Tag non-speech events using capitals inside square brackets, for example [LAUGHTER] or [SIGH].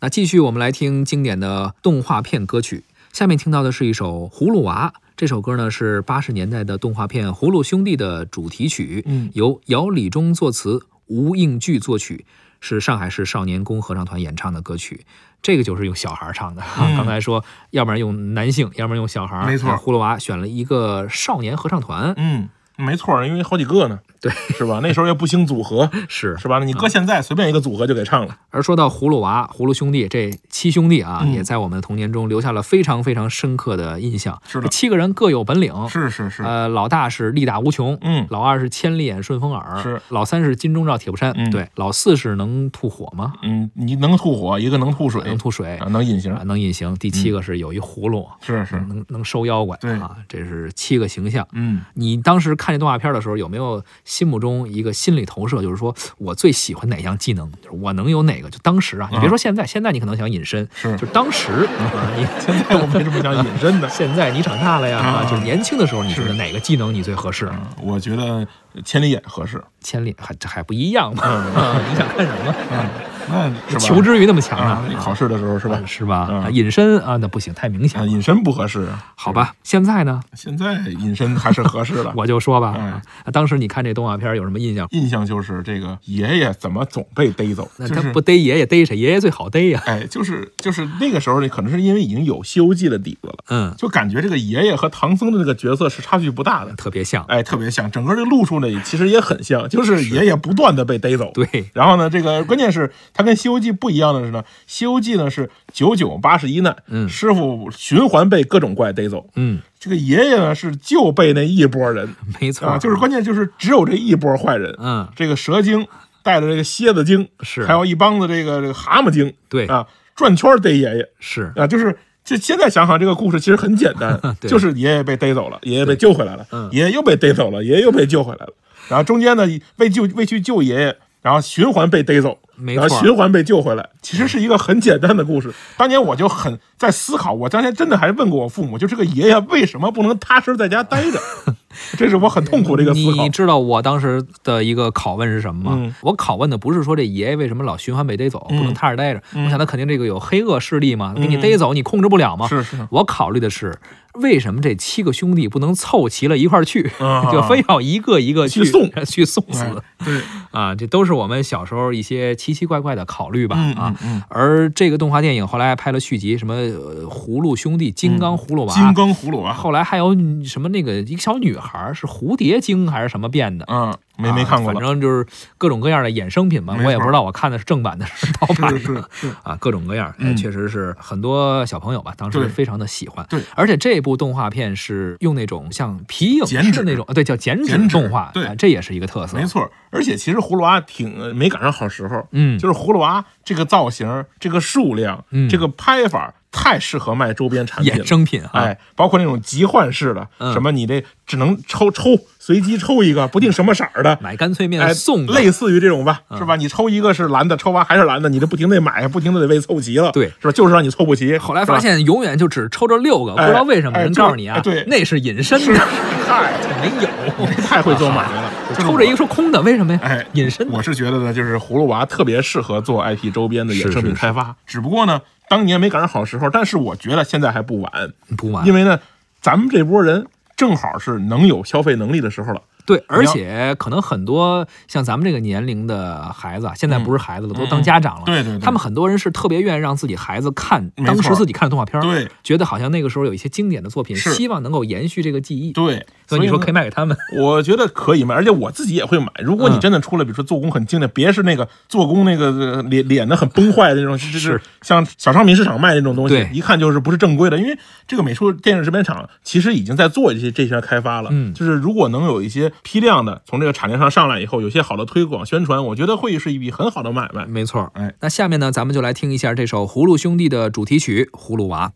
那继续我们来听经典的动画片歌曲，下面听到的是一首《葫芦娃》。这首歌呢是八十年代的动画片《葫芦兄弟》的主题曲，嗯由姚李中作词，吴应剧作曲，是上海市少年宫合唱团演唱的歌曲。这个就是用小孩儿唱的。嗯刚才说，要不然用男性，要不然用小孩儿。没错那葫芦娃选了一个少年合唱团，嗯，没错儿，因为好几个呢，对，是吧？那时候也不兴组 [LAUGHS] 合，是是吧？你搁现在随便一个组合就给唱 [LAUGHS] 了，而说到葫芦娃、葫芦兄弟这七兄弟啊，嗯也在我们的童年中留下了非常非常深刻的印象。是的这七个人各有本领，是是是，呃，老大是力大无穷，啊嗯老二是千里眼顺风耳，是老三是金钟罩铁布衫，嗯对，老四是能吐火吗？嗯，你能吐火，一个能吐水，能吐水啊，能隐形啊，，能隐形。第七个是有一葫芦，是是，能能收妖怪嗯对啊，这是七个形象。嗯，你当时看这动画片的时候，有没有心目中一个心理投射，就是说我最喜欢哪项技能，就是我能有哪个？就当时啊，嗯你别说现在，现在你可能想隐身，是就是当时啊，你。现在我没这么想隐身的 [LAUGHS] 现在你长大了呀，啊啊，就是年轻的时候，你觉得是哪个技能你最合适？嗯，我觉得千里眼合适，千里还这还不一样吗？啊 [LAUGHS] 你想干什么？嗯，那是吧求知欲那么强啊啊，，你考试的时候是吧啊？是吧？嗯啊隐身啊，那不行，太明显啊，了。隐身不合适啊，好吧，现在呢，。现在隐身还是合适的 [LAUGHS] 我就说吧，啊哎当时你看这动画片有什么印象？印象就是这个爷爷怎么总被逮走，那就是他不逮爷爷逮谁？爷爷最好逮呀。哎，就是就是那个时候，可能是因为已经有《西游记》的底子了，嗯，就感觉这个爷爷和唐僧的这个角色是差距不大的，特别像。哎，特别像。整个这个路数呢，其实也很像，就是爷爷不断的被逮走。 [LAUGHS] 对，然后呢，这个关键是它跟《西游记》不一样的是呢，《西游记呢》是九九八十一难，嗯师傅循环被各种怪逮走，嗯，这个爷爷呢是就被那一 [LAUGHS] 波人没错，啊，就是关键就是只有这一波坏人，嗯，这个蛇精带着这个蝎子精，是还有一帮子这个这个蛤蟆精，对啊，转圈逮爷爷是 [LAUGHS] 啊，就是这现在想想这个故事其实很简单 [LAUGHS] ，对就是爷爷被逮走了，爷爷被救回来了嗯，爷爷又被逮走了，爷爷又被救回来了，然后中间呢为救为去救爷爷。然后循环被逮走，没然后错循环被救回来，其实是一个很简单的故事。当年我就很在思考，我当年真的还问过我父母，就这个爷爷为什么不能踏实在家待 [LAUGHS] 着？这是我很痛苦的一个思考你。知道我当时的一个拷问是什么吗？嗯我拷问的不是说这爷爷为什么老循环被逮走，不能嗯踏实待着。嗯我想他肯定这个有黑恶势力嘛，给你嗯逮走你啊控制不了嘛。是是，我考虑的是，为什么这七个兄弟不能凑齐了一块儿去，啊 [LAUGHS] 就非要一个一个去 [LAUGHS] 去送 [LAUGHS] 去送死哎对，啊？这都是我们小时候一些奇奇怪怪的考虑吧嗯啊。嗯而这个动画电影后来还拍了续集，什么呃《葫芦兄弟》《金刚葫芦娃》嗯金刚葫芦啊娃，后来还有女什么那个一个小女孩儿是蝴蝶精还是什么变的，嗯，没没看过啊反了，正就是各种各样的衍生品吧没，错我也不知道我看的是正版的是盗版是的。是是，啊，各种各样，嗯哎确实是很多小朋友吧，当时对非常的喜欢。对而且这部动画片是用那种像皮影剪式纸那种，啊对，叫剪纸剪纸动画，对啊这也是一个特色。没错。而且其实葫芦娃挺呃没赶上好时候，嗯就是葫芦娃这个造型、这个数量、嗯这个拍法太适合卖周边产品衍了。生品啊，哎，包括那种集换式的，嗯什么你这只能抽抽随机抽一个，不定什么色儿的，买干脆面哎，送的嗯类似于这种吧，是吧？你抽一个是蓝的，抽完还是蓝的，你就不停的买，不停的得为凑齐了，对是吧？就是让你凑不齐。后来是吧发现永远就只抽着六个，不知道为什么哎哎人就告诉你啊哎，对那是隐身是的，太 [LAUGHS] 没有， [LAUGHS] 太会做买 [LAUGHS] 卖了，就是抽着一个说空的，为什么呀？哎 [LAUGHS] 隐身的我是觉得呢，就是葫芦娃特别适合做 IP 周边的衍生是是品是开发，只不过呢，当年没赶上好时候，但是我觉得现在还不晚，不买嗯因。为呢，咱们这波人正好是能有消费能力的时候了。对，而且可能很多像咱们这个年龄的孩子，啊，现在不是孩子了，都当家长了。嗯对对对他们很多人是特别愿意让自己孩子看没错当时自己看的动画片儿，对觉得好像那个时候有一些经典的作品，是希望能够延续这个记忆。对，所以你说呢可以卖给他们，我觉得可以买，而且我自己也会买。如果你嗯真的出了，比如说做工很精良，别是那个做工那个呃脸脸的很崩坏的那种，就是是像小商品市场卖那种东西对，一看就是不是正规的。因为这个美术电影制片厂其实已经在做这些这些开发了，嗯就是如果能有一些批量的从这个产量上上来以后，有些好的推广宣传，我觉得会是一笔很好的买卖。没错。哎，那下面呢，咱们就来听一下这首《葫芦兄弟》的主题曲《葫芦娃》。